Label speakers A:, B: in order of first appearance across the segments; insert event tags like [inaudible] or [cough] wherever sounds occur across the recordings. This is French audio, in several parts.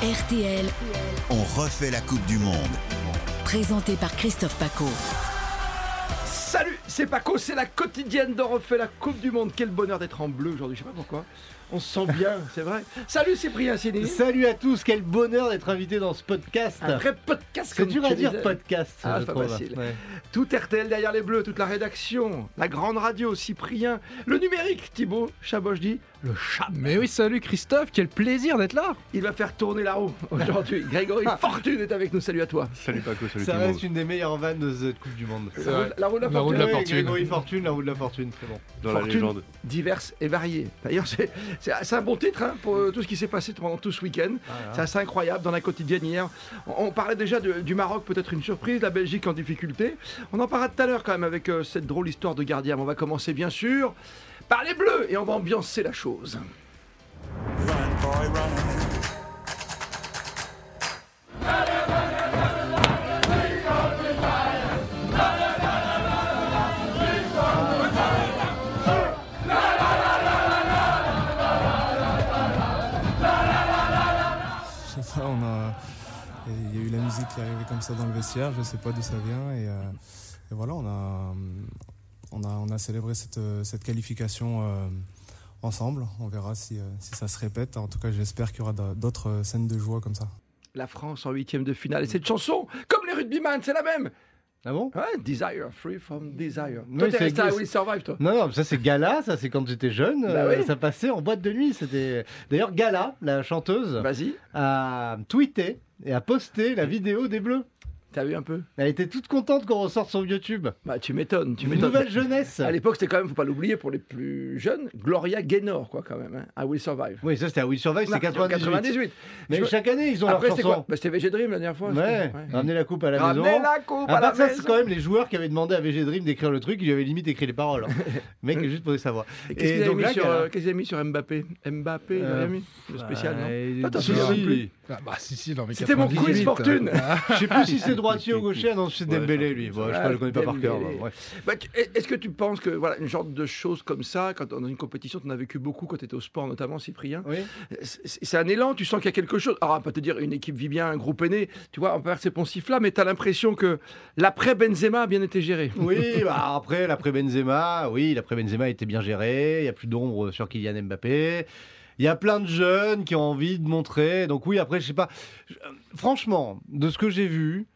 A: RTL,
B: On refait la Coupe du Monde.
A: présenté par Christophe Paco.
C: Salut, c'est Paco, c'est la quotidienne d'en refait la Coupe du Monde. Quel bonheur d'être en bleu aujourd'hui, je sais pas pourquoi. On se sent bien, c'est vrai. Salut Cyprien Séné.
D: Salut à tous, quel bonheur d'être invité dans ce podcast.
C: Un vrai podcast.
D: C'est
C: comme
D: dur
C: Ah, tu
D: à dire
C: disais.
D: podcast,
C: Ah,
D: je
C: c'est pas
D: trouve.
C: facile.
D: Ouais.
C: Tout RTL derrière les bleus, toute la rédaction, la grande radio, Cyprien, le numérique, Thibaut Chabochdi, le chat.
E: Mais oui, salut Christophe, quel plaisir d'être là
C: Il va faire tourner la roue
D: [laughs]
C: aujourd'hui. Grégory
D: Ah.
C: Fortune est avec nous, salut à toi.
F: Salut Paco, salut
D: Ça
F: tout le monde.
D: reste une des meilleures vannes de cette Coupe du Monde.
C: La roue- la roue de la
E: La roue
C: fortune.
E: de la
D: Ouais,
E: fortune.
D: Grégory Fortune, la roue de la fortune, c'est bon.
F: Dans
C: Fortune.
F: la légende.
C: diverses et variées. D'ailleurs, c'est- c'est c'est un bon titre hein, pour euh, tout ce qui s'est passé pendant tout ce week-end.
D: Ah
C: C'est assez incroyable dans la quotidienne hier. On, on parlait déjà de- du Maroc, peut-être une surprise, la Belgique en difficulté. On en parlera tout à l'heure quand même avec euh, cette drôle histoire de gardien. Mais On va commencer bien sûr par les Bleus et on va ambiancer la chose.
G: Je sais pas, on a. Il y a eu la musique qui est arrivée comme ça dans le vestiaire, je sais pas d'où ça vient. Et, euh, et voilà, on a, on a, on a célébré cette, euh, cette qualification euh, ensemble. On verra si, euh, si ça se répète. En tout cas, j'espère qu'il y aura d'a- d'autres euh, scènes de joie comme ça.
C: La France en huitième de finale. Et
D: Mm.
C: cette chanson, comme les rugbyman, c'est la même.
D: Ah bon
C: Ouais, desire, free from desire.
D: Oui,
C: toi, t'es
D: c'est-
C: resté à Will Survive, toi.
D: Non, non, ça c'est Gala, ça c'est quand j'étais jeune.
C: Bah
D: euh,
C: oui.
D: Ça passait en boîte de nuit. C'était D'ailleurs, Gala, la chanteuse,
C: Vas-y,
D: a tweeté et a posté la vidéo des Bleus.
C: t'as vu un peu
D: Elle était toute contente qu'on ressorte sur YouTube.
C: Bah, tu m'étonnes,
D: Mm.
C: tu m'étonnes.
D: Nouvelle jeunesse.
C: À l'époque, c'était quand même, faut pas l'oublier, pour les plus jeunes, Gloria Gaynor, quoi, quand même. Hein. I Will Survive.
D: Oui, ça c'était à Will Survive, c'est 98.
C: 98.
D: Mais
C: Je-
D: chaque année, ils ont
C: Après,
D: leur
C: c'était quoi
D: chanson.
C: bah, C'était VG Dream la dernière fois.
D: Ouais,
C: c'était-
D: ramener la coupe à la
C: Ramenez
D: maison.
C: la coupe
D: À
C: à la hein.
D: part ça, c'est
C: maison.
D: quand même les joueurs qui avaient demandé à VG Dream d'écrire le truc, il lui avait limite écrit les paroles. Le mec a juste posé sa voix.
C: Et Qu'est-ce
D: Et
C: qu'il a
D: donc
C: mis
D: là,
C: sur,
D: quel-
C: euh, qu'est-ce qu'il a mis sur Mbappé Mbappé, il a
D: hein. Euh,
C: rien mis Le spécial,
E: hein.
C: non
D: Euh,
C: Toi, t'en
D: si,
C: souviens
D: si.
C: plus.
E: Ah Bah si, si, dans mes
C: C'était mon quiz
E: 98,
C: fortune.
E: euh,
D: Je sais plus
C: [laughs]
D: si c'est droitier ou gaucher, non, c'est
F: Ouais,
D: Dembélé lui. Bon, je sais pas, je le connais pas par cœur.
C: Ah, Dembélé.
D: bah, bref.
C: Bah, tu- est- Est-ce que tu penses que, voilà, une genre de choses comme ça, quand on a une compétition, tu en as vécu beaucoup quand tu étais au sport, notamment, Cyprien
D: Oui.
C: C'est- C'est un élan, tu sens qu'il y a quelque chose. Alors, on va pas te dire une équipe vit bien, un groupe aîné, tu vois, on perd ces poncifs-là, mais tu as l'impression que l'après Benzema a bien été géré.
D: [laughs] Oui, bah après l'après Benzema, oui, l'après Benzema était bien géré, il y a plus d'ombre sur Kylian Mbappé. Il y a plein de jeunes qui ont envie de montrer. Donc oui, après je sais pas je- euh, franchement, de ce que j'ai vu,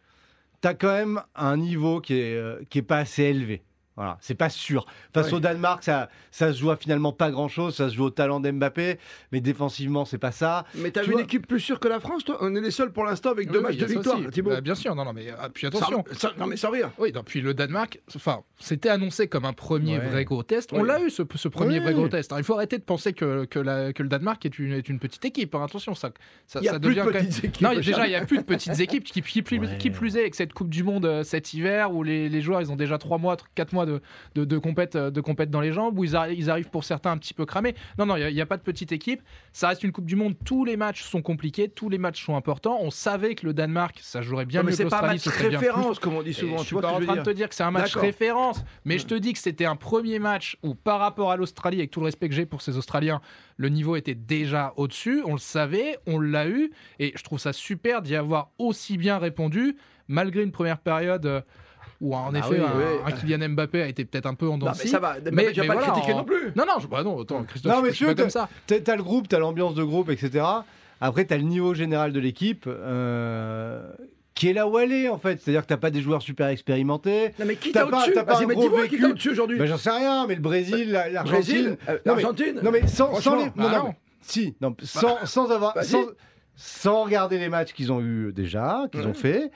D: t'as quand même un niveau qui est euh, qui est pas assez élevé. Voilà, c'est pas sûr. Face
C: Ouais.
D: au Danemark, ça ça se joue à finalement pas grand-chose, ça se joue au talent d'Mbappé, mais défensivement, c'est pas ça.
C: [laughs] Mais t'as
D: Tu
C: vu une
D: vois-
C: équipe plus sûre que la France, toi On est les seuls pour l'instant avec deux
E: oui,
C: matchs
E: il y
C: de
E: a ça
C: victoire,
E: aussi.
C: Thibaut.
E: Bah, bien sûr, non, non, mais ah, puis attention.
C: Sans- sans- non, mais sans rire.
E: Oui, non, puis le Danemark, enfin, c'était annoncé comme un premier
D: Ouais.
E: vrai gros test. On
C: Oui.
E: l'a eu, ce, ce premier
D: Oui.
E: vrai gros test. hein. Il faut arrêter de penser que, que, la- que le Danemark est une, est une petite équipe. hein. Attention, ça, ça,
C: Il y a
E: ça
C: plus
E: devient
C: de
E: quand même-
C: petites équipes.
E: Non, il y a- déjà, il n'y a plus de petites équipes qui, qui plus, qui plus est avec cette Coupe du Monde euh, cet hiver où les, les joueurs ils ont déjà 3 mois, 4 mois de, de, de, compète, euh, de compète dans les jambes, où ils, arri- ils arrivent pour certains un petit peu cramés. Non, non, il n'y a, il y a pas de petite équipe. Ça reste une Coupe du Monde. Tous les matchs sont compliqués, tous les matchs sont importants. On savait que le Danemark, ça jouerait bien
C: Non, mais
E: mieux que
C: c'est pas un
E: l'Australie,
C: match
E: ce serait bien plus
C: référence, comme on dit
E: et
C: souvent.
E: je
C: Tu
E: suis
C: vois
E: pas
C: ce
E: en
C: que je
E: train
C: veux
E: de
C: dire
E: te dire que c'est un match
C: D'accord. Mm.
E: référence, mais je te dis que c'était un premier match où, par rapport à l'Australie, avec tout le respect que j'ai pour ces Australiens, le niveau était déjà au-dessus. On le savait, on l'a eu, et je trouve ça super d'y avoir aussi bien répondu, malgré une première période euh, où, en
C: Ah
E: effet,
C: oui,
E: un,
C: oui.
E: un Kylian Mbappé a été peut-être un peu en dents
C: Non,
E: de
C: mais
E: scie.
C: ça va. Mm. Mais,
E: Mais-
C: tu vas
E: mais
C: pas
E: voilà,
C: le critiquer
E: en-
C: non plus.
E: Non, non, je- bah non, attends, Christophe,
D: Non,
E: je-
D: mais
E: je suis
D: tu
E: pas
D: veux,
E: comme ça.
D: T'as t'as le groupe, t'as l'ambiance de groupe, etc. Après, t'as le niveau général de l'équipe euh, qui est là où elle est, en fait. C'est-à-dire que t'as pas des joueurs super expérimentés.
C: Non, mais qui
D: T'as
C: t'a
D: pas-
C: au-dessus Ah,
D: t'as pas
C: Vas-y,
D: un
C: mais
D: gros
C: dis-moi hein, qui
D: vécu.
C: t'a au-dessus aujourd'hui.
D: Ben, J'en sais rien, mais le Brésil, la- l'Argentine.
C: Brésil, euh,
D: Non, mais-
C: l'Argentine.
D: Non, mais sans, sans, les-
E: Franchement, bah
D: non,
E: non.
D: mais- si, non, sans, sans avoir.
C: Bah. vas-y.
D: Sans, sans regarder les matchs qu'ils ont eu déjà, qu'ils ont fait.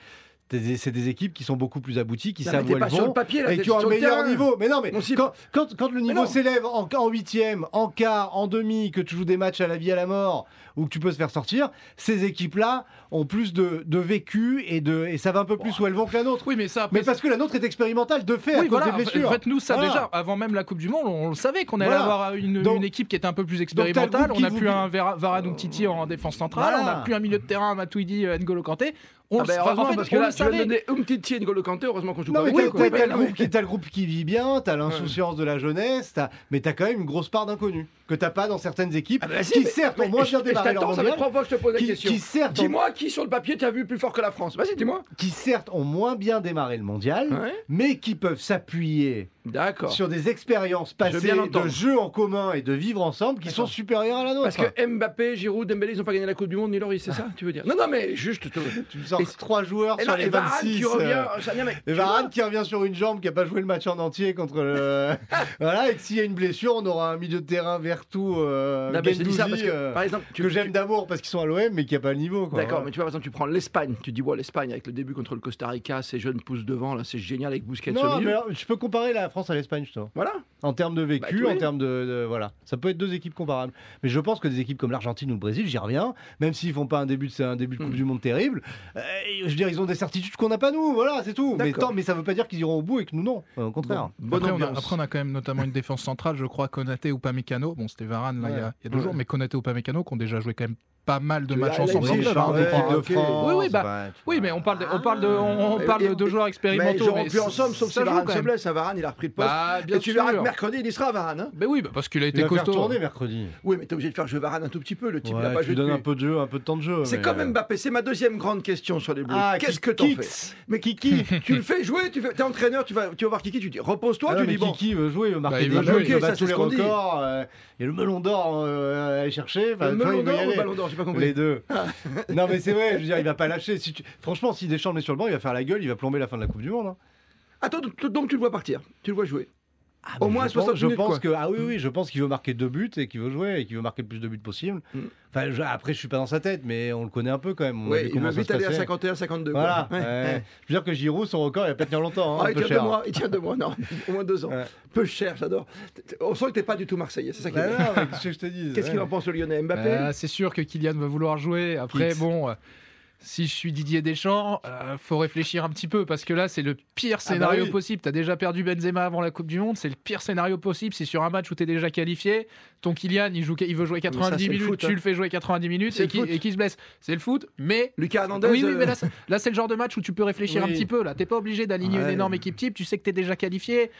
D: t'as des- C'est des équipes qui sont beaucoup plus abouties, qui
C: Non, mais
D: savent
C: t'es
D: où elles
C: pas sur le
D: vont
C: papier, là,
D: et
C: t'es
D: qui ont
C: sur
D: un
C: le
D: meilleur
C: terrain.
D: niveau. Mais non, mais
C: Mon cible.
D: quand, quand, quand le
C: non.
D: niveau s'élève en, en huitième, en quart, en demi, que tu joues des matchs à la vie à la mort, ou que tu peux se faire sortir, ces équipes-là ont plus de, de vécu et, de, et savent un peu plus où elles vont que la nôtre.
E: Oui, mais ça, après,
D: Mais parce que la nôtre est expérimentale de fait à cause
E: Oui, voilà.
D: des
E: En fait,
D: blessures.
E: en fait, nous, ça
D: Voilà.
E: déjà, avant même la Coupe du Monde, on, on le savait qu'on allait
D: Voilà.
E: avoir une,
D: Donc-
E: une équipe qui était un peu plus
D: t'as le
E: expérimentale.
D: groupe
E: On
D: qui
E: a
D: vous
E: plus
D: dit-
E: un Vera- Varane ou Titi en défense centrale.
D: Voilà.
E: On a plus un milieu de terrain, Matuidi, euh, N'Golo Kanté. On
C: Ah
E: le
C: ben,
E: sa-
C: heureusement,
E: en fait,
C: parce que
E: on
C: là,
E: le
C: tu viens de
E: savait.
C: donner Umtiti et N'Golo Kanté, heureusement qu'on joue
D: Non,
C: pas
D: mais
C: avec
D: t'as-
C: eux, quoi.
D: t'as t'as
C: Ouais,
D: le,
C: non, mais-
D: groupe qui- t'as le groupe qui vit bien, t'as l'insouciance de la jeunesse, t'as- mais t'as quand même une grosse part d'inconnus que t'as pas dans certaines équipes
C: Ah ben, si,
D: qui,
C: mais-
D: certes,
C: mais-
D: ont moins
C: je-
D: bien
C: je
D: démarré leur
C: t'attends, ça fait
D: mondial,
C: trois fois que je te pose la
D: qui,
C: question.
D: qui certes, ont,
C: Dis-moi qui, sur le papier, t'as vu plus fort que la France Vas-y, dis-moi.
D: qui, certes, ont moins bien démarré le mondial,
C: Ouais.
D: mais qui peuvent s'appuyer
C: D'accord.
D: sur des expériences
C: Je veux bien
D: passées de
C: l'entendre.
D: jeux en commun et de vivre ensemble qui sont supérieures à la nôtre.
C: Parce que Mbappé, Giroud, Dembélé, ils n'ont pas gagné la Coupe du Monde, ni Loris, c'est ça Tu veux dire Non, non, mais juste. te-
D: tu me sors
C: Et-
D: trois joueurs
C: Et
D: sur
C: non,
D: les
C: et Varane
D: 26.
C: qui
D: euh,
C: revient. ça vient, mais-
D: Et
C: tu
D: Varane
C: vois
D: qui revient sur une jambe, qui n'a pas joué le match en entier contre
C: [laughs]
D: le. voilà, et que s'il y a une blessure, on aura un milieu de terrain Vertou, euh,
C: Non, mais je dis ça parce
D: Guendouzi,
C: que,
D: euh,
C: par exemple, tu-
D: que j'aime d'amour parce qu'ils sont à l'OM, mais qui n'a pas le niveau. quoi.
C: D'accord, mais tu vois, par exemple, tu prends l'Espagne, tu dis, ouais, l'Espagne, avec le début contre le Costa Rica, ces jeunes poussent devant, là, c'est génial avec Busquets au
D: Non,
C: milieu.
D: mais alors, je peux comparer la France à l'Espagne, justement.
C: Voilà.
D: En termes de vécu,
C: Bah, oui.
D: en termes de, de- Voilà. Ça peut être deux équipes comparables. Mais je pense que des équipes comme l'Argentine ou le Brésil, j'y reviens, même s'ils font pas un début de, un début de Coupe
C: Mm.
D: du Monde terrible, euh, je veux dire, ils ont des certitudes qu'on n'a pas nous, voilà, c'est tout. Mais,
C: D'accord.
D: tant, mais ça veut pas dire qu'ils iront au bout et que nous, non. Euh, Au contraire.
C: Bonne
E: après, on a,
C: ambiance.
E: après, on a quand même notamment une défense centrale, je crois, Konaté ou Pamecano. Bon, c'était Varane là, il y a- il y, a deux
C: Ouais.
E: jours, mais Konaté ou Pamecano qui ont déjà joué quand même pas mal de
C: Tu
E: matchs
C: as
E: ensemble.
C: Leipzig,
E: en club, hein,
C: Charles,
E: je
C: ouais,
E: crois.
C: ok.
E: Oui, oui, bah, oui, mais on parle de, on parle de, on, on
C: Et-
E: parle
C: et-
E: de joueurs
C: Mais ils
E: expérimentaux.
C: n'auront
E: mais
C: plus ensemble, sauf
E: ça
C: si
E: joue
C: Varane
E: quand
C: se
E: même.
C: blesse. hein, Varane, il a repris le poste.
E: Bah, bien
C: Et tu verras que
E: sûr.
C: mercredi, il y sera, Varane. hein.
E: Mais oui, bah, parce qu'il a été
D: Il va faire
E: costaud.
D: tourner mercredi.
C: Oui, mais t'es obligé de faire jouer Varane un tout petit peu. Le type, il n'a
D: Ouais,
C: pas
D: tu
C: joué
D: donnes
C: depuis.
D: un peu de jeu, un peu de temps de jeu.
C: C'est
D: mais,
C: quand même
D: euh,
C: Mbappé, c'est ma deuxième grande question sur les Bleus.
D: Ah,
C: Qu'est-ce
D: Kik-
C: que t'en
D: Kicks.
C: fais Mais
D: [laughs]
C: Kiki Tu le fais jouer, tu fais... t'es entraîneur, tu vas, tu vas voir Kiki, tu dis repose-toi,
D: Ah non,
C: tu
D: mais
C: dis bon.
D: Kiki veut jouer, il veut marquer
E: Bah, il
D: des
E: veut
D: buts,
E: jouer,
D: il veut
C: ça,
D: battre
C: c'est
D: tous
C: ce
D: les
C: qu'on dit.
D: records. euh, et le melon d'or euh, à aller chercher. enfin,
C: Le
D: tu vois,
C: melon
D: il veut y
C: d'or bah, ou
D: aller.
C: le ballon d'or, j'ai pas compris.
D: Les deux.
C: Ah.
D: [laughs] non, mais c'est vrai, je veux dire, il va pas lâcher. Si tu- Franchement, si Deschamps est sur le banc, il va faire la gueule, il va plomber la fin de la Coupe du Monde. hein.
C: Attends, t- t- donc tu le vois partir, tu le vois jouer. Au
D: Ah, Mais
C: moins
D: je pense-
C: 60
D: je
C: minutes,
D: pense
C: quoi.
D: que ah oui oui je pense qu'il veut marquer deux buts et qu'il veut jouer et qu'il veut marquer le plus de buts possible
C: Mm.
D: enfin je- après je suis pas dans sa tête mais on le connaît un peu quand même on a
C: Ouais,
D: vu
C: il
D: comment
C: va
D: ça se
C: vite aller à
D: passait.
C: 51, 52. quoi.
D: voilà
C: Ouais,
D: ouais.
C: ouais.
D: je veux dire que Giroud son record il va pas tenir longtemps hein,
C: Ah,
D: un
C: il
D: peu
C: tient deux
D: cher.
C: mois, il tient deux mois, non, au moins deux ans.
D: Ouais.
C: Peu cher, j'adore. T- t- On sent que t'es pas du tout Marseillais, c'est ça qui est
D: Bah
C: bien.
D: non,
C: [laughs]
D: Bah, mais qu'est-ce que je te dis
C: Qu'est-ce qu'il en pense le Lyonnais Mbappé
E: Euh, c'est sûr que Kylian va vouloir jouer. Après,
D: Quitte.
E: bon, euh, si je suis Didier Deschamps, euh, faut réfléchir un petit peu parce que là, c'est le
C: Ah
E: pire
D: bah
E: scénario
D: oui.
E: possible. T'as déjà perdu Benzema avant la Coupe du Monde, c'est le pire scénario possible. C'est sur un match où t'es déjà qualifié. Ton Kylian, il, joue, il veut jouer
C: ça,
E: 90
C: c'est le
E: minutes,
C: foot, hein.
E: tu le fais jouer 90 minutes
C: C'est
E: et
C: le
E: qui,
C: foot.
E: et qui se blesse. C'est le foot, mais.
C: Lucas Hernandez
E: oui, oui, mais
C: euh,
E: là, c'est- là, c'est le genre de match où tu peux réfléchir
D: Oui.
E: un petit peu. Là, t'es pas obligé d'aligner
D: Ouais.
E: une énorme équipe type. Tu sais que t'es déjà qualifié.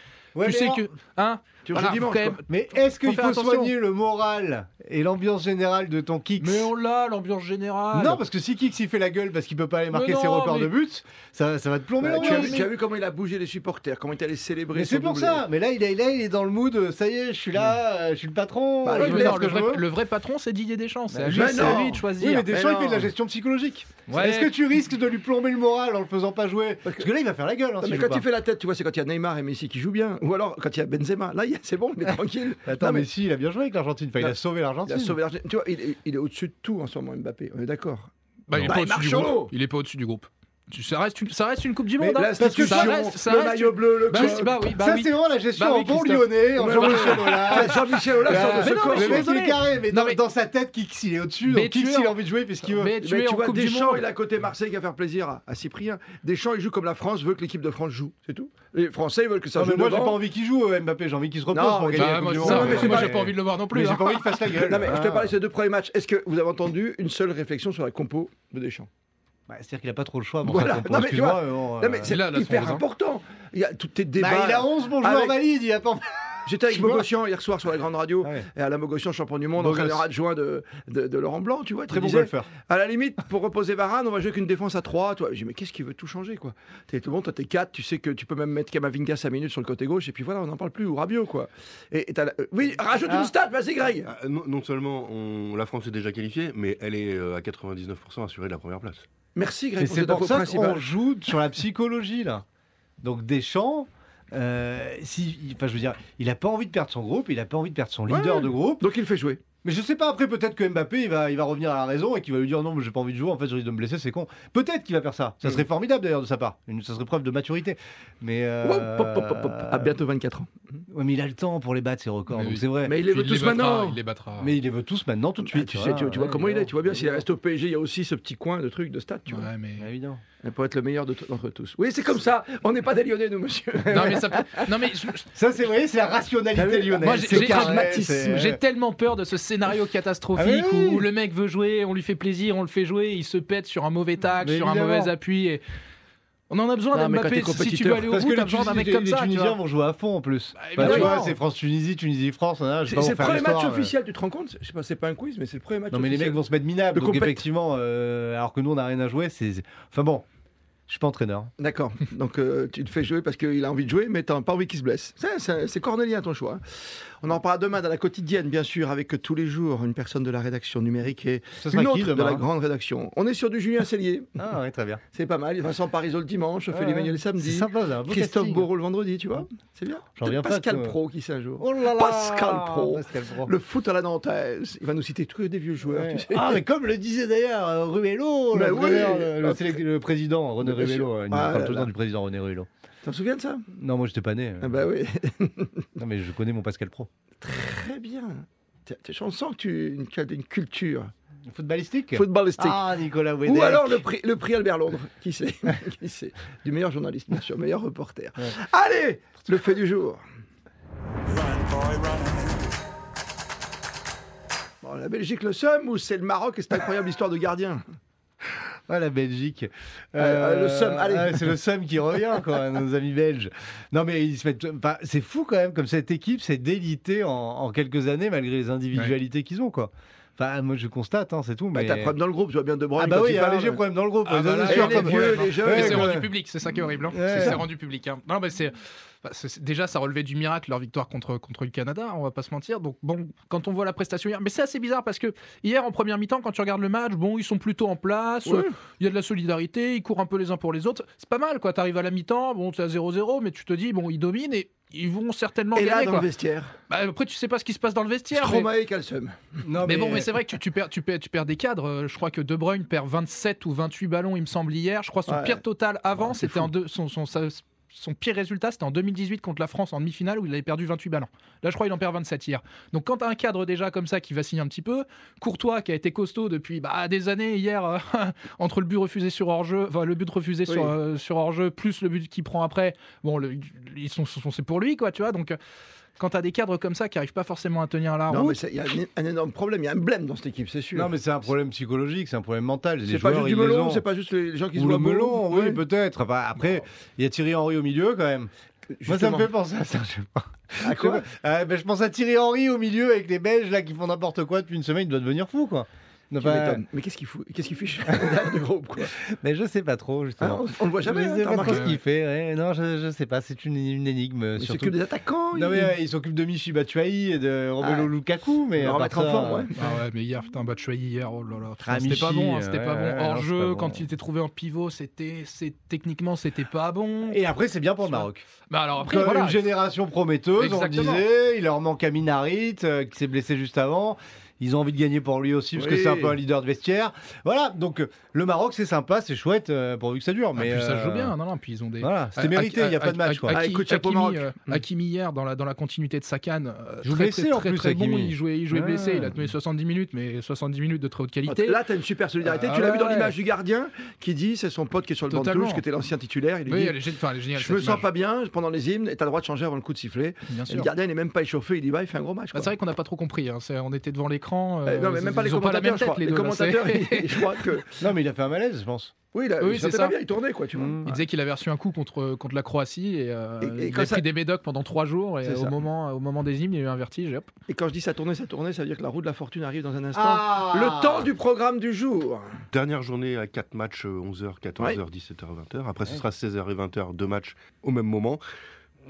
E: tu sais que, hein,
C: tu
E: voilà,
C: joues dimanche.
E: quand même-
C: quoi.
D: Mais est-ce qu'il
E: Faut
D: faut,
E: faire attention.
D: soigner le moral et l'ambiance générale de ton kick
E: Mais on l'a, l'ambiance générale.
D: Non, parce que si Kix il fait la gueule parce qu'il peut pas aller marquer
E: Ah, Mais
D: ses
E: non,
D: records
E: mais-
D: de but, ça, ça va te plomber
C: Bah,
D: l'ambiance.
C: tu, as vu, tu as vu comment il a bougé les supporters, comment il est allé célébrer.
D: Mais
C: son
D: c'est pour
C: doublé.
D: ça. Mais là il, est, là, il est dans le mood. euh, Ça y est, je suis là, euh, je suis le patron.
C: Bah,
D: je
E: Ouais,
D: peux
E: mais
D: faire
E: non,
D: ce
E: le,
D: que je
E: vrai,
D: veux.
E: le vrai patron, c'est Didier Deschamps. C'est
D: Bah,
E: à lui-
C: mais
E: c'est à
C: non.
E: lui de choisir.
D: Oui, mais Deschamps,
C: Mais
D: il fait de la
C: non.
D: gestion psychologique.
E: Ouais.
D: Est-ce que tu risques de lui plomber le moral en le faisant pas jouer Parce que là, il va faire la gueule. hein,
C: Non,
D: s'il
C: mais
D: joue
C: quand
D: pas.
C: il fait la tête, tu vois, c'est quand il y a Neymar et Messi qui jouent bien. Ou alors quand il y a Benzema. Là, il y a- c'est bon,
D: [laughs]
C: il est tranquille.
D: Bah, Attends,
C: Non,
D: mais... si, il a bien joué avec l'Argentine. Enfin, il
C: Non.
D: a sauvé
C: Il
D: l'Argentine.
C: a sauvé l'argent. Tu vois, il est, il est au-dessus de tout en ce moment, Mbappé. On est d'accord.
E: Bah, il est
C: Bah,
E: pas
C: il
E: au-dessus du
C: marche en
E: groupe.
C: haut.
E: Il est pas au-dessus du groupe. Tu- Ça reste une, ça reste une Coupe du
D: Mais
E: Monde. hein.
D: là, bah, parce que
E: ça
D: tu-
E: reste, ça
C: le
E: reste
C: maillot
E: une-
C: bleu, le
E: Bah,
C: col.
E: c'est- bah oui, bah
D: ça,
E: oui.
D: c'est vraiment la gestion
E: Bah oui,
D: en bon
E: Christophe.
D: lyonnais, en
C: Ouais,
D: Jean-Michel Aulas.
C: Ah, Jean-Michel Aulas sort de ce
E: Mais non,
C: corps.
E: je
D: Le
E: suis
D: mec, il
E: désolé.
D: est carré, Bah, mais,
E: Non,
D: dans,
E: mais-
D: dans sa tête, Kix, il est au-dessus.
E: Mais
D: Donc,
E: tu
D: Kix,
E: es- Euh,
D: il a envie de jouer parce qu'il veut.
E: Mais
C: Mais
E: tu es
C: Eh ben, tu
E: en
C: vois,
E: Coupe du
C: Deschamps,
E: Monde.
C: il a côté Marseille qui va faire plaisir à Cyprien. Deschamps, il joue comme la France veut que l'équipe de France joue. C'est tout. Les Français, ils veulent que ça
D: Non,
C: joue
D: mais moi, j'ai
C: devant.
D: pas envie qu'il joue, euh, Mbappé. J'ai envie qu'il se repose
C: Non,
D: pour
C: mais-
D: gagner. la
E: Bah,
D: Coupe
E: moi,
D: du
E: c'est
D: Monde.
E: ça,
C: Non, mais
E: moi,
C: c'est
E: j'ai
C: pas-
E: pas envie de le voir non plus.
D: Mais j'ai
E: hein.
D: pas envie qu'il fasse la gueule.
C: Non, mais je te
D: Ah.
C: parlais de ces deux premiers matchs. Est-ce que vous avez entendu une seule réflexion sur la compo de Deschamps
D: Bah, C'est-à-dire qu'il a pas trop le choix. Bon,
C: Voilà.
D: ça,
C: Non, mais tu
D: excuse-moi,
C: vois-
D: mais bon, euh,
C: Non, mais c'est
E: là, là, son
C: hyper
E: voisin.
C: important. Il y a tous tes
D: Bah,
C: débats.
D: il a 11 bons
C: Avec-
D: joueurs valides. Il a pas.
C: J'étais avec
D: Tu vois Ah.
C: Bogossian hier soir sur la grande radio.
D: Ouais.
C: Et Alain Bogossian, champion du monde,
D: Bogos.
C: entraîneur adjoint de, de, de Laurent Blanc, tu vois.
D: Très
C: tu
D: bon
C: disais,
D: golfeur.
C: À la limite, pour reposer Varane, on va jouer qu'une défense à 3. Toi, j'ai dit, mais qu'est-ce qui veut tout changer, quoi T'es tout bon, toi, t'es 4, tu sais que tu peux même mettre Kamavinga 5 minutes sur le côté gauche, et puis voilà, on n'en parle plus, ou Rabiot, quoi. Et, et t'as la- euh, Oui, rajoute
D: Ah.
C: une stat, vas-y, Greg
F: Ah, non, non seulement on- la France est déjà qualifiée, mais elle est euh, à 99% assurée de la première place.
C: Merci, Greg,
D: Mais
C: pour
D: c'est
C: cette info
D: pour ça qu'on
C: principale.
D: joue sur la psychologie là. Donc Deschamps, euh, si, il- enfin, je veux dire, il a pas envie de perdre son groupe, il a pas envie de perdre son leader
C: Ouais.
D: de groupe.
C: Donc il fait jouer.
D: Mais je sais pas après peut-être que Mbappé il va, il va revenir à la raison et qu'il va lui dire non mais j'ai pas envie de jouer en fait je risque de me blesser c'est con. Peut-être qu'il va faire ça.
C: Hmm.
D: Ça serait formidable d'ailleurs de sa part. Une- ça serait preuve de maturité. Mais euh, Ah,
C: Hop, hop, hop, hop, hop. À bientôt 24 ans.
D: ouais, mais il a le temps pour les battre ses records
E: Mais
D: donc
E: oui.
D: c'est vrai. Mais,
C: Mais il les
E: Puis
C: veut tous
E: battra,
C: maintenant
E: Il les battra.
D: il les veut tous maintenant tout de suite.
C: tu sais, tu, tu vois
D: Ouais,
C: comment il est,
D: évidemment.
C: tu vois bien, s'il reste au PSG, il y a aussi ce petit coin de truc, de stats, tu vois.
E: Ouais, mais-
D: Évidemment.
C: Et Pour être le meilleur de t- d'entre tous. Oui, c'est comme ça, on n'est pas des Lyonnais, nous, monsieur.
E: Non, mais ça peut- non, mais je-
D: Ça c'est vous voyez c'est la
C: T'as
D: rationalité
C: vu
D: lyonnaise. [laughs]
E: Moi, j'ai-
D: C'est
E: j'ai-
D: carré,
E: pragmatisme.
D: c'est-
E: j'ai tellement peur de ce scénario catastrophique
D: Ah oui, oui.
E: où le mec veut jouer, on lui fait plaisir, on le fait jouer, il se pète sur un mauvais tacle,
D: Mais
E: sur un
D: évidemment.
E: mauvais appui. et- On en a besoin
C: Non,
E: d'un
C: mais quand
E: Mbappé.
C: t'es
E: Si tu veux
C: compétiteur-
E: aller au
D: Parce
E: bout,
D: que
E: t'as
D: les,
E: besoin d'un
D: Tunisie-
E: mec
D: les-
E: comme
D: les
E: ça. tu vois.
D: Tunisiens vont jouer à fond en plus.
E: Bah,
D: Bah, tu
E: évidemment.
D: vois, c'est France-Tunisie, Tunisie-France. hein, je sais
C: C'est
D: pas,
C: c'est
D: on
C: le
D: va faire
C: premier match
D: l'histoire, mais-
C: officiel, tu te rends compte Je sais pas, c'est pas un quiz, mais c'est le premier match
D: Non, mais
C: officiel.
D: les mecs vont se mettre minables.
C: De
D: Donc,
C: compète.
D: effectivement, euh, alors que nous, on n'a rien à jouer. c'est Enfin bon, je suis pas entraîneur. [laughs]
C: D'accord. Donc euh, tu te fais jouer parce qu'il a envie de jouer, mais t'as pas envie qu'il se blesse. C'est- C'est c'est cornélien ton choix. On en parle demain dans la quotidienne, bien sûr, avec euh, tous les jours une personne de la rédaction numérique et
D: Ce sera
C: une
D: qui
C: autre de
D: demain
C: la grande rédaction. On est sur du Julien Cellier. [laughs]
D: Ah, ouais, très bien.
C: C'est pas mal. Vincent Parisot le dimanche, Ophélie
D: Ouais,
C: Meunier le
D: C'est
C: samedi.
D: sympa, ça. un beau
C: Christophe
D: casting.
C: Bourreau le vendredi, tu vois. C'est bien.
D: J'en reviens pas,
C: Pascal
D: toi.
C: Pro qui s'ajoute.
D: Oh là là
C: Pascal Pro.
D: Pascal Pro.
C: Le foot à la nantaise. Il va nous citer que des vieux joueurs.
D: Ouais.
C: tu sais.
D: Ah, mais comme le disait d'ailleurs euh, Ruello,
C: Mais
D: l'entraîneur,
C: oui. Ah,
D: le, le sélec- le président René
C: Bien sûr.
D: Ruello, euh, il
C: Ah
D: parle
C: là
D: tout le
C: là.
D: temps du président René Ruello.
C: [laughs] T'en souviens de ça
D: Non, moi j'étais pas né. euh.
C: Ah Bah oui. [laughs]
D: Non, mais je connais mon Pascal Pro.
C: Très bien. T'es- t'es- On sent que tu une, que t'as une culture
D: Footballistique
C: footballistique.
D: Ah, Nicolas Wedek.
C: Ou alors le prix, le prix Albert Londres, qui
D: [laughs]
C: sait, qui sait Du meilleur journaliste, bien sûr, meilleur reporter.
D: Ouais.
C: Allez, le fait du jour. Bon, la Belgique le somme ou c'est le Maroc et cette incroyable histoire de gardien
D: [laughs] Ah, la Belgique. Euh,
C: allez, Ah, le seum, allez.
D: ouais, c'est le seum qui revient,
C: [laughs]
D: quoi, nos amis belges. Non, mais ils se mettent. enfin, c'est fou quand même, comme cette équipe s'est délitée en, en quelques années, malgré les individualités qu'ils ont, quoi. Enfin, moi je constate, hein, c'est tout.
C: bah,
D: Mais...
C: T'as problème dans le groupe, tu vois bien De Bruyne.
D: ah, bah
C: quand
D: oui,
C: il
D: il y a un
C: parle.
D: léger problème dans le groupe.
E: Ah,
D: les
E: bah là,
D: autres,
C: Et
E: sûr,
D: comme-
C: les
E: comme
C: vieux,
E: problème,
C: les jeunes.
E: Mais
D: Ouais,
E: c'est
D: quoi.
E: rendu public, c'est ça qui est horrible. hein.
D: Ouais.
E: C'est- C'est rendu public. hein. Non, mais c'est. bah, c'est- c'est- déjà, ça relevait du miracle leur victoire contre, contre le Canada, on va pas se mentir. Donc, bon, quand on voit la prestation hier, mais c'est assez bizarre parce que hier en première mi-temps, quand tu regardes le match, bon, ils sont plutôt en place,
C: Ouais.
E: euh, il y a de la solidarité, ils courent un peu les uns pour les autres. C'est pas mal quoi. T'arrives à la mi-temps, bon, c'est à 0-0, mais tu te dis, bon, ils dominent et ils vont certainement
C: Et là,
E: gagner
C: dans
E: quoi.
C: le vestiaire,
E: Bah, après, tu sais pas ce qui se passe dans le vestiaire. mais-
C: Stromae et Calsum.
D: Non,
E: mais, bon, mais c'est vrai que tu, tu perds, tu, perds, tu perds des cadres. Euh, Je crois que De Bruyne perd 27 ou 28 ballons, il me semble, hier. Je crois son
C: Ouais.
E: pire total avant,
C: Ouais, c'est
E: c'était
C: fou.
E: en deux, son, son, sa- son pire résultat, c'était en 2018 contre la France en demi-finale où il avait perdu 28 ballons. Là, je crois qu'il en perd 27 hier. Donc, quand tu as un cadre déjà comme ça qui vacille un petit peu, Courtois qui a été costaud depuis bah, des années hier, euh, [laughs] entre le but refusé sur hors-jeu, enfin le but refusé sur,
C: Oui.
E: euh, sur hors-jeu, plus le but qu'il prend après, bon, le- ils sont, sont- c'est pour lui, quoi, tu vois. Donc, euh, quand tu as des cadres comme ça qui arrivent pas forcément à tenir la
C: Non,
E: route.
C: mais c'est- il y a un, un énorme problème, il y a un blème dans cette équipe, c'est sûr.
D: Non, mais c'est un problème psychologique, c'est un problème mental. Les
C: c'est pas
D: joueurs,
C: juste du
D: ils les
C: melon,
D: ont.
C: c'est pas juste les gens qui se
D: Ou le
C: voient beaux.
D: melon, oui,
C: Ouais. Oh.
D: peut-être. Enfin, après, il y a Thierry Henry au milieu quand même.
C: Justement.
D: Moi, ça me fait penser à ça. Je, sais pas.
C: À quoi
D: Euh, ben, je pense à Thierry Henry au milieu avec les Belges là qui font n'importe quoi depuis une semaine. Il doit devenir fou, quoi.
C: Tu
D: Enfin,
C: m'étonnes. Mais qu'est-ce qu'il fout Qu'est-ce qu'il [laughs] fiche derrière le groupe quoi
D: mais je sais pas trop
C: Hein,
D: justement.
C: on, on le voit jamais.
D: je
C: hein,
D: sais
C: t'as
D: pas trop
C: remarqué
D: ce qu'il fait. ouais. Non, je, je sais pas. C'est une, une énigme euh,
C: Il
D: surtout.
C: s'occupe des attaquants.
D: Non,
C: il-
D: mais, euh, il s'occupe de Michi Batshuayi et de Romelu
C: Ah.
D: Lukaku, mais
C: Il va
D: à part
C: remettre en
D: ça,
C: forme, ouais.
E: Ah ouais, mais hier, putain, Batshuayi, hier, oh là là. putain,
D: Ah,
E: c'était pas
D: Michi,
E: bon, hein, c'était
D: ouais,
E: pas bon.
D: ouais, non,
E: Hors
D: c'est
E: jeu,
D: pas bon.
E: quand il était trouvé en pivot, c'était, c'est, techniquement, c'était pas bon.
D: euh, Et après, c'est bien pour le Maroc.
E: Bah alors après,
D: Comme
E: voilà.
D: une génération prometteuse, on
E: Exactement.
D: le disait. Il leur manque Amin Harit, euh, qui s'est blessé juste avant. Ils ont envie de gagner pour lui aussi, parce que
C: Oui.
D: c'est un peu un leader de vestiaire. Voilà, donc euh, le Maroc, c'est sympa, c'est chouette, euh, pourvu que ça dure.
C: Ah,
E: Mais
D: Mais
E: puis ça
D: euh,
E: joue bien, non, non, puis ils ont des.
D: Voilà, c'était mérité, il n'y a pas de match. Quoi.
C: Ah,
E: Hakimi,
C: écoute, chapeau Maroc.
E: euh, Hakimi hier, dans la, dans la continuité de sa canne, euh,
D: Joue
E: très,
D: blessé,
E: très,
D: en
E: très,
D: plus,
E: très bon,
D: Hakimi.
E: il jouait, il jouait
D: Ouais.
E: blessé, il a tenu 70 minutes, mais 70 minutes de très haute qualité.
C: Là, t'as une super solidarité.
E: Ah
C: tu l'as vu dans
E: ouais.
C: l'image du gardien qui dit c'est son pote qui est sur le banc de
E: Totalement.
C: touche, qui était l'ancien titulaire. Il lui
E: oui,
C: dit
E: elle est, gé- enfin, elle est géniale.
C: Je me
E: cette
C: sens
E: image,
C: pas bien pendant les hymnes et t'as le droit de changer avant le coup de sifflet.
E: Bien
C: Et le
E: sûr.
C: gardien n'est même pas échauffé. Il dit Bah, il fait un gros match.
E: Bah,
C: quoi.
E: c'est vrai qu'on n'a pas trop compris. hein, c'est- on était devant l'écran.
D: Eh,
C: Euh,
E: euh,
C: non, mais même pas
E: ils
C: les
E: ont
C: commentateurs.
E: la même
C: je
E: tête,
C: crois.
E: les deux, là, c'est-
C: commentateurs,
E: [laughs]
C: ils- je crois que.
D: Non, mais il a fait un malaise, je pense.
C: Oui, là,
E: Oui,
C: il
E: c'est
C: sentait
E: ça.
C: pas bien, il tournait, quoi, tu vois.
D: Mm.
E: Il disait qu'il avait reçu un coup contre, contre la Croatie et, euh,
C: Et- et
E: il
C: quand
E: a
C: ça-
E: pris des médocs pendant trois jours et
C: C'est
E: au
C: ça.
E: moment, au moment des hymnes, il y a eu un vertige. et hop.
C: Et quand je dis ça tournait, ça tournait, ça veut dire que la roue de la fortune arrive dans un instant.
D: Ah
C: Le temps du programme du jour.
F: Dernière journée à 4 matchs, euh, 11h, 14h, 17h, 20h. Après, ce sera 16h et 20h, deux matchs au même moment.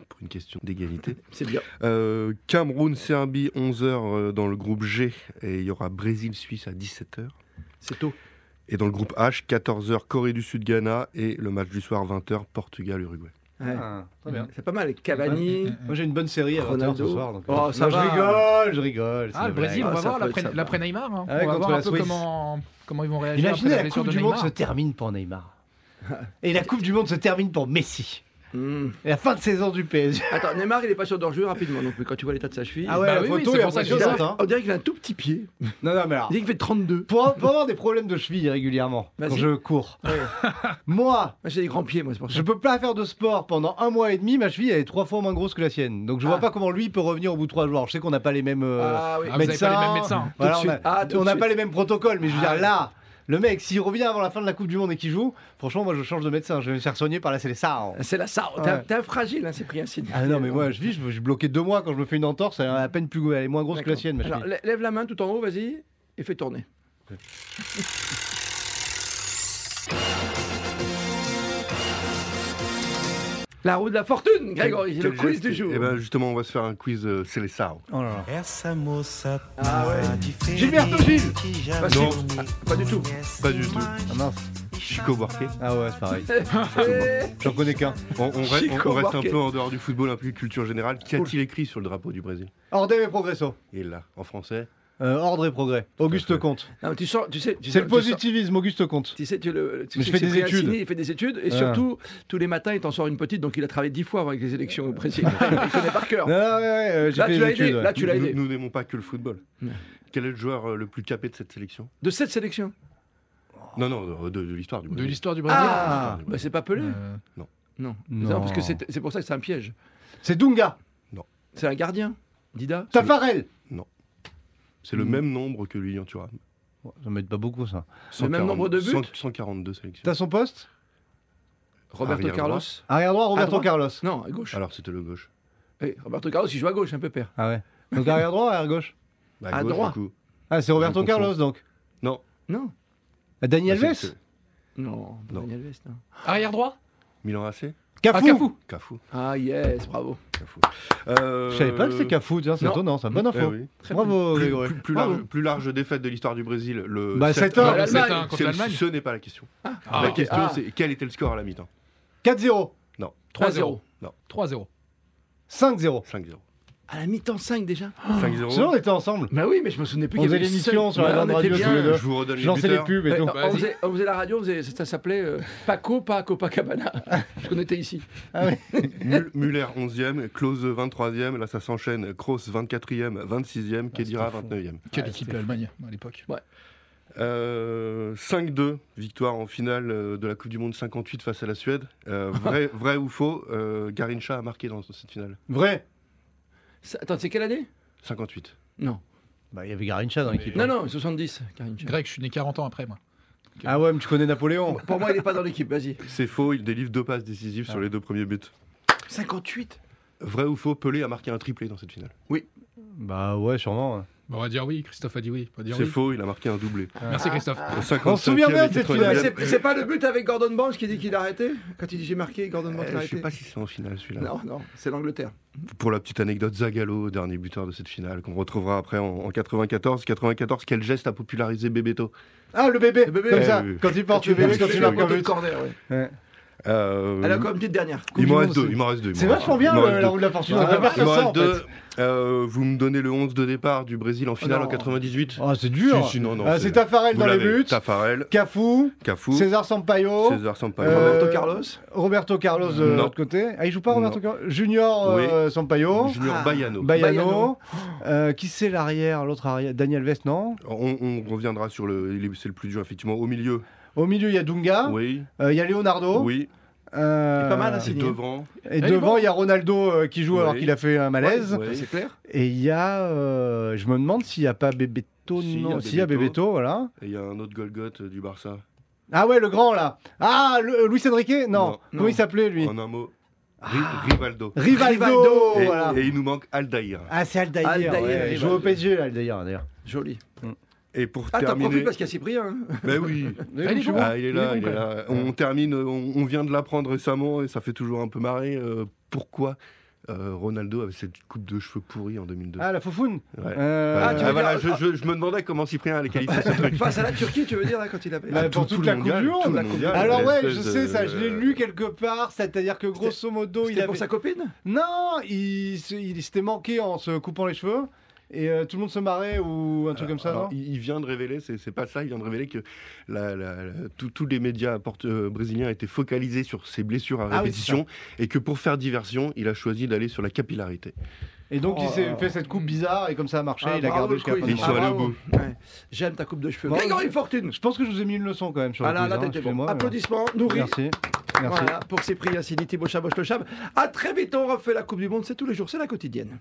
F: Pour une question d'égalité. [laughs]
C: C'est bien.
F: Euh, Cameroun, Serbie, 11h euh, dans le groupe G. Et il y aura Brésil, Suisse à 17h.
C: C'est tôt.
F: Et dans le groupe H, 14h, Corée du Sud, Ghana. Et le match du soir, 20h, Portugal, Uruguay.
C: Ouais.
D: Ah, très bien.
C: C'est pas mal. Cavani.
D: Moi, j'ai une bonne série à 20h
C: Ronaldo.
D: ce soir. donc,
C: Oh,
D: euh,
C: ça
D: non,
C: va.
D: Je rigole, je rigole. c'est
E: Ah,
D: une
E: le Brésil,
D: blague.
E: on va
C: Ah, ça
E: voir
C: peut être
E: l'après,
C: sympa.
E: l'après Neymar. hein.
D: Ah ouais,
E: on va
D: contre
E: voir
D: la
E: un peu
D: Suisse.
E: comment, comment ils vont réagir
D: Imaginez
E: après
D: la
E: blessure
D: Coupe
E: de
D: du Monde
E: Neymar.
D: se termine pour Neymar. Et la Coupe du Monde se termine pour Messi.
C: Hmm.
D: Et la fin de saison du PSG.
C: Attends, Neymar, il est pas sûr de rejouer rapidement non plus. Quand tu vois l'état de sa cheville.
D: Ah ouais,
E: Bah
D: la
E: oui, oui,
D: photo
E: c'est
D: est
E: pour ça que je
D: impressionnante,
E: dis
D: hein.
C: On dirait qu'il a un tout petit pied.
D: Non, non, mais alors.
C: Il dit qu'il fait 32.
D: Pour, pour avoir des problèmes de cheville régulièrement,
C: Vas-y.
D: quand je cours, [laughs] moi,
C: Moi, J'ai des grands pieds, moi, c'est pour
D: je
C: ça.
D: peux pas faire de sport pendant un mois et demi. Ma cheville, elle est trois fois moins grosse que la sienne. Donc je vois
C: Ah.
D: pas comment lui peut revenir au bout de trois jours. Je sais qu'on n'a pas les mêmes euh,
C: Ah oui.
E: Ah, vous avez pas
D: médecins.
E: les mêmes médecins, hein.
D: Voilà,
C: Tout de
D: on a-
C: suite. Ah, tout
D: on
C: de
D: n'a
C: suite.
D: pas les mêmes protocoles. Mais je veux
E: Ah,
D: dire,
E: oui.
D: là, le mec, s'il revient avant la fin de la Coupe du Monde et qu'il joue, franchement, moi, je change de médecin. Je vais me faire soigner par la CSA.
C: C'est la ça. T'es
D: Ouais.
C: un- t'es un fragile, hein, Cyprien Sidi.
D: hein. Ah non, mais moi, je vis, je je suis bloqué deux mois quand je me fais une entorse. Elle est à peine plus, elle est moins grosse que la sienne, ma
C: Alors,
D: cheville.
C: lè- lève la main tout en haut, vas-y, et fais tourner. [laughs] La roue de la fortune, Grégory, c'est le
F: Quel
C: quiz
F: geste.
C: du jour.
F: Eh ben
C: [laughs]
F: justement, on va se faire un quiz euh, c'est les Célessao.
D: Oh là là.
C: Ah ouais.
D: Gilberto Gil
C: Facile. Ah, pas du tout.
F: Pas du tout.
D: Ah mince.
F: Chico Barquet.
D: Ah ouais,
C: [laughs]
D: c'est pareil.
C: Eh,
D: J'en connais qu'un.
F: On, on re-
C: Chico
F: on- on reste un
C: Barquet.
F: peu en dehors du football, un peu de culture générale. Qu'a-t-il écrit sur le drapeau du Brésil
D: Ordre et progresso.
F: Et là, en français
D: Euh, ordre et progrès. Auguste
F: Tout à fait.
D: Comte.
C: non, mais tu sens, tu sais, tu
D: C'est
C: sens-
D: le
C: tu sens-
D: positivisme, Auguste Comte.
C: Tu sais, tu le, tu
D: Mais
C: sais
D: je
C: que
D: fais des
C: Cyprien
D: études.
C: Sini, il fait des études et
D: Ah.
C: surtout, tous les matins, il t'en sort une petite, donc il a travaillé dix fois avant avec les élections au Brésil.
D: [laughs]
C: il connaît par cœur.
D: Euh. Non, ouais, ouais, euh, j'ai
C: Là,
D: fait
C: tu
D: des
C: l'as aidé,
D: études, ouais.
C: là, Ah, tu l'as
F: Nous-
C: aidé.
F: Nous n'aimons pas que le football.
C: Non.
F: Quel est le joueur euh, le plus capé de cette sélection
C: De cette sélection
F: Non, non, euh, de, de- de l'histoire du
E: De
F: Brésil.
E: l'histoire du Brésil.
D: Oh. Ah
C: Bah, c'est pas Pelé.
E: Euh,
C: Non.
D: Non.
C: Non, parce que c'est c'est pour ça que c'est un piège.
D: C'est Dunga.
C: C'est un gardien, Dida.
D: Tafarel.
F: C'est le
D: Mm.
F: même nombre que Lilian Thuram.
D: Ça m'aide pas beaucoup, ça.
F: 140
C: même nombre de buts
F: 100 142 sélections.
D: T'as son poste
C: Roberto
F: Arrière
C: Carlos.
D: Arrière droit,
C: À
D: Roberto
C: droite.
D: Carlos.
C: Non, à gauche.
F: Alors c'était le gauche.
C: Eh, Roberto Carlos, il joue à gauche, un peu père.
D: Ah ouais. Donc arrière droit, arrière gauche.
F: Bah,
C: À
F: gauche,
C: droit.
F: du coup.
D: Ah, c'est Roberto
F: Je confonds.
D: Carlos, donc.
F: Non.
C: Non.
D: Ah, Daniel
F: Bah,
D: Alves
F: c'est-
C: Non, pas
F: Non.
C: Daniel Vest, non.
E: Arrière droit
F: Milan AC
D: Cafou.
E: Ah, Cafou.
F: Cafou.
C: Ah yes, bravo.
F: Cafou. Euh,
D: Je savais pas que c'était Cafou, tiens, c'est
C: Non.
D: étonnant, ça. Bonne
F: eh
D: info.
F: oui.
C: Très
D: Bravo,
F: Plus,
D: Grégory.
F: plus- plus
D: Bravo.
F: large, plus large défaite de l'histoire du Brésil. Le
D: Bah,
F: 7
D: 7 heures.
F: heures.
E: L'Allemagne.
F: C'est-
E: 7 heures contre
F: c'est-
E: l'Allemagne.
F: Ce n'est pas la question.
E: Ah,
F: la
E: ok.
F: question,
C: Ah.
F: c'est quel était le score à la mi-temps
D: 4-0.
E: 3-0.
C: 3-0.
E: 3-0.
D: 5-0.
F: 5-0.
C: À la mi-temps 5 déjà.
F: 5-0.
D: Sinon, on était ensemble.
C: Bah oui, mais je me souvenais plus
D: On
C: qu'il y
D: faisait
C: avait
D: l'émission
C: cinq-
D: sur la
C: Ouais,
D: grande
C: on était
D: radio
C: bien.
D: tous les deux.
F: Je vous redonne
D: Je
F: les
D: lançais les
F: buteurs.
D: pubs et
C: Ouais,
D: tout.
C: on, faisait, on faisait la radio, on faisait- ça s'appelait euh, Paco, pas
D: [laughs]
C: Copacabana. Parce qu'on était ici.
F: Mul- Muller 11e, Klose 23e, là ça s'enchaîne, Kroos 24e,
D: Ah,
F: 26e, Kedira 29e.
E: Quelle équipe l'Allemagne à l'époque
F: Euh, 5-2, victoire en finale euh, de la Coupe du Monde 58 face à la Suède.
D: [laughs]
F: Euh, vrai, vrai ou faux, euh, Garincha a marqué dans cette finale
D: Vrai.
C: Ça- Attends, c'est quelle année
F: 58.
C: Non.
D: Bah, il y avait Garincha dans l'équipe.
C: Non, non, 70, Karine.
E: Greg, je suis né 40 ans après, moi.
D: Ah ouais, mais tu connais Napoléon.
C: Pour moi, il n'est pas dans l'équipe, vas-y.
F: C'est faux, il délivre deux passes décisives
D: Ah.
F: sur les deux premiers buts.
C: 58
F: Vrai ou faux, Pelé a marqué un triplé dans cette finale.
D: Bah ouais, sûrement.
E: Bah, on va dire oui, Christophe a dit oui. On va dire
F: C'est
E: oui. Ah.
F: faux, il a marqué un doublé.
E: Merci Christophe.
F: Au
D: Ah. On se souvient
F: 55e
D: bien
F: et
D: de cette
F: 89e.
D: finale.
C: Mais c'est- c'est pas le but avec Gordon Banks qui dit qu'il a arrêté Quand il dit j'ai marqué, Gordon Banks
F: Euh,
C: a
F: je
C: arrêté.
F: sais pas si c'est en finale celui-là.
C: Non, non, c'est l'Angleterre.
F: Pour la petite anecdote, Zagallo, dernier buteur de cette finale, qu'on retrouvera après en, en 94. 94, quel geste a popularisé Bebeto
D: Ah, le bébé.
C: Le bébé.
D: Comme
F: Eh
D: ça.
F: oui.
D: Quand il porte le bébé,
F: marques
D: quand
F: le
D: il
F: bébé.
D: marque un but.
F: Euh,
C: Elle a encore une petite dernière.
F: Il m'en
D: Coupe du
F: reste
D: Monde,
F: deux, il m'en reste deux. il
D: Ah, C'est
F: m'en reste
D: vachement
F: deux,
D: bien
F: il m'en
D: le-
F: reste
D: la
F: deux.
D: roue de la fortune.
F: Il
D: On
F: m'en
D: prépare
F: reste
D: que ça en
F: deux.
D: fait.
F: Euh, vous me donnez le 11 de départ du Brésil en finale
C: non.
F: en 98
D: Ah, c'est dur.
F: Si, si, non, non,
D: Ah,
F: c'est-
D: C'est Tafarel
F: Vous
D: dans les
F: l'avez.
D: buts.
F: Tafarel,
D: Cafou.
F: Cafou,
D: César Sampaio.
F: César Sampaio.
D: Euh,
C: Roberto Carlos
D: Roberto Carlos de
F: Non.
D: l'autre côté. Ah, il joue pas Roberto
F: Non.
D: Carlos. Junior euh, Sampaio.
F: Junior
C: Ah.
F: Baiano.
D: Baiano.
C: Baiano.
D: Euh, qui c'est l'arrière L'autre arrière Daniel Vest, non
F: On, on reviendra sur le. il est- C'est le plus dur, effectivement. Au milieu,
D: Au milieu, il y a Dunga. Euh, Il
F: oui.
D: y a Leonardo.
F: Oui.
D: Euh,
C: Il est pas mal, hein,
F: Et
C: Sini.
F: devant,
D: Et
E: Ah, il est
D: devant,
E: bon.
D: il y a Ronaldo euh, qui joue alors
F: Oui.
D: qu'il a fait un malaise.
F: Ouais.
C: C'est clair
D: Et il y a. euh, je me demande s'il n'y a pas Bebeto.
F: Si, il y a
D: non. S'il y a
F: Bebeto.
D: Bebeto, voilà.
F: et il y a un autre Golgoth euh, du Barça.
D: Ah ouais, le grand là. Ah, le- euh, Luis Enrique non.
F: Non.
D: Comment il s'appelait lui
F: En un mot, Ri- Rivaldo.
D: Rivaldo,
F: Et,
D: Oh, voilà.
F: et il nous manque Aldair.
D: Ah, c'est Aldair.
C: Aldair,
D: ouais.
C: Rivaldo.
D: Il joue au PSG, là, Aldair, d'ailleurs.
C: Joli.
F: Et pour
C: Ah, t'en profites
F: terminer.
C: parce qu'il y a Cyprien. hein.
F: [laughs] Mais oui.
E: Ah, il est bon.
F: Ah, il est là,
E: Il est
F: il
E: bon,
F: est là. On termine, euh, on, on vient de l'apprendre récemment et ça fait toujours un peu marrer. euh, pourquoi euh, Ronaldo avait cette coupe de cheveux pourrie en 2002
D: Ah, la foufoune
F: Ouais.
D: Euh,
C: Ah, tu
F: Euh,
C: veux
F: voilà,
C: dire-
F: je, je- je me demandais comment Cyprien allait qualifier ce truc.
C: Face à la Turquie, tu veux dire, là, quand il avait. Ah,
D: Bah, pour
F: Ah, tout-
D: toute
F: tout
D: la
F: le
D: Coupe
F: mondial,
D: du
F: tout
D: Monde.
F: le mondial,
D: Alors ouais, je
F: l'espèce
D: sais
F: de-
D: ça, je l'ai lu quelque part, c'est-à-dire que grosso modo, il
C: C'était
D: avait...
C: pour sa copine
D: Non, il, se- il s'était manqué en se coupant les cheveux. et euh, tout le monde se marrait ou un truc comme ça,
F: Euh, Alors,
D: non
F: il, il vient de révéler, c'est c'est pas ça, il vient de révéler que la- la- la- tout- tous les médias porte- euh, brésiliens étaient focalisés sur ses blessures à
D: Ah oui,
F: répétition et que pour faire diversion, il a choisi d'aller sur la capillarité.
D: Et donc il
C: Oh.
D: s'est fait cette coupe bizarre et comme ça a marché,
C: Ah,
D: il a
C: bravo,
D: gardé
C: le
D: jusqu'à la fin
C: quiz.
D: du
F: Ils
D: match.
F: sont allés au
C: bravo.
F: bout.
C: Ouais. J'aime ta coupe de cheveux.
D: Bon,
C: Grégory Fortune
D: Je pense que je vous ai mis une leçon quand même sur
C: Ah
D: le
C: là,
D: quiz,
C: là,
D: hein,
C: t'as été bon.
D: excusez-moi, mais-
C: Applaudissements, nourris.
D: Merci, merci.
C: Voilà, pour ces prix Yassini, Thibaut Chaboche, le Chab. À très vite, on refait la Coupe du Monde, c'est tous les jours, c'est la quotidienne.